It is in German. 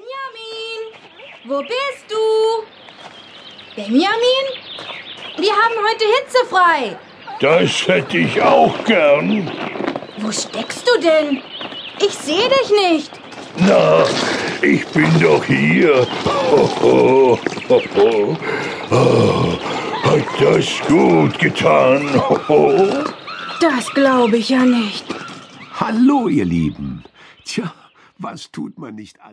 Benjamin, wo bist du? Benjamin, wir haben heute hitzefrei. Das hätte ich auch gern. Wo steckst du denn? Ich sehe dich nicht. Na, ich bin doch hier. Hoho, hoho. Ah, hat das gut getan. Hoho. Das glaube ich ja nicht. Hallo, ihr Lieben. Tja, was tut man nicht alles?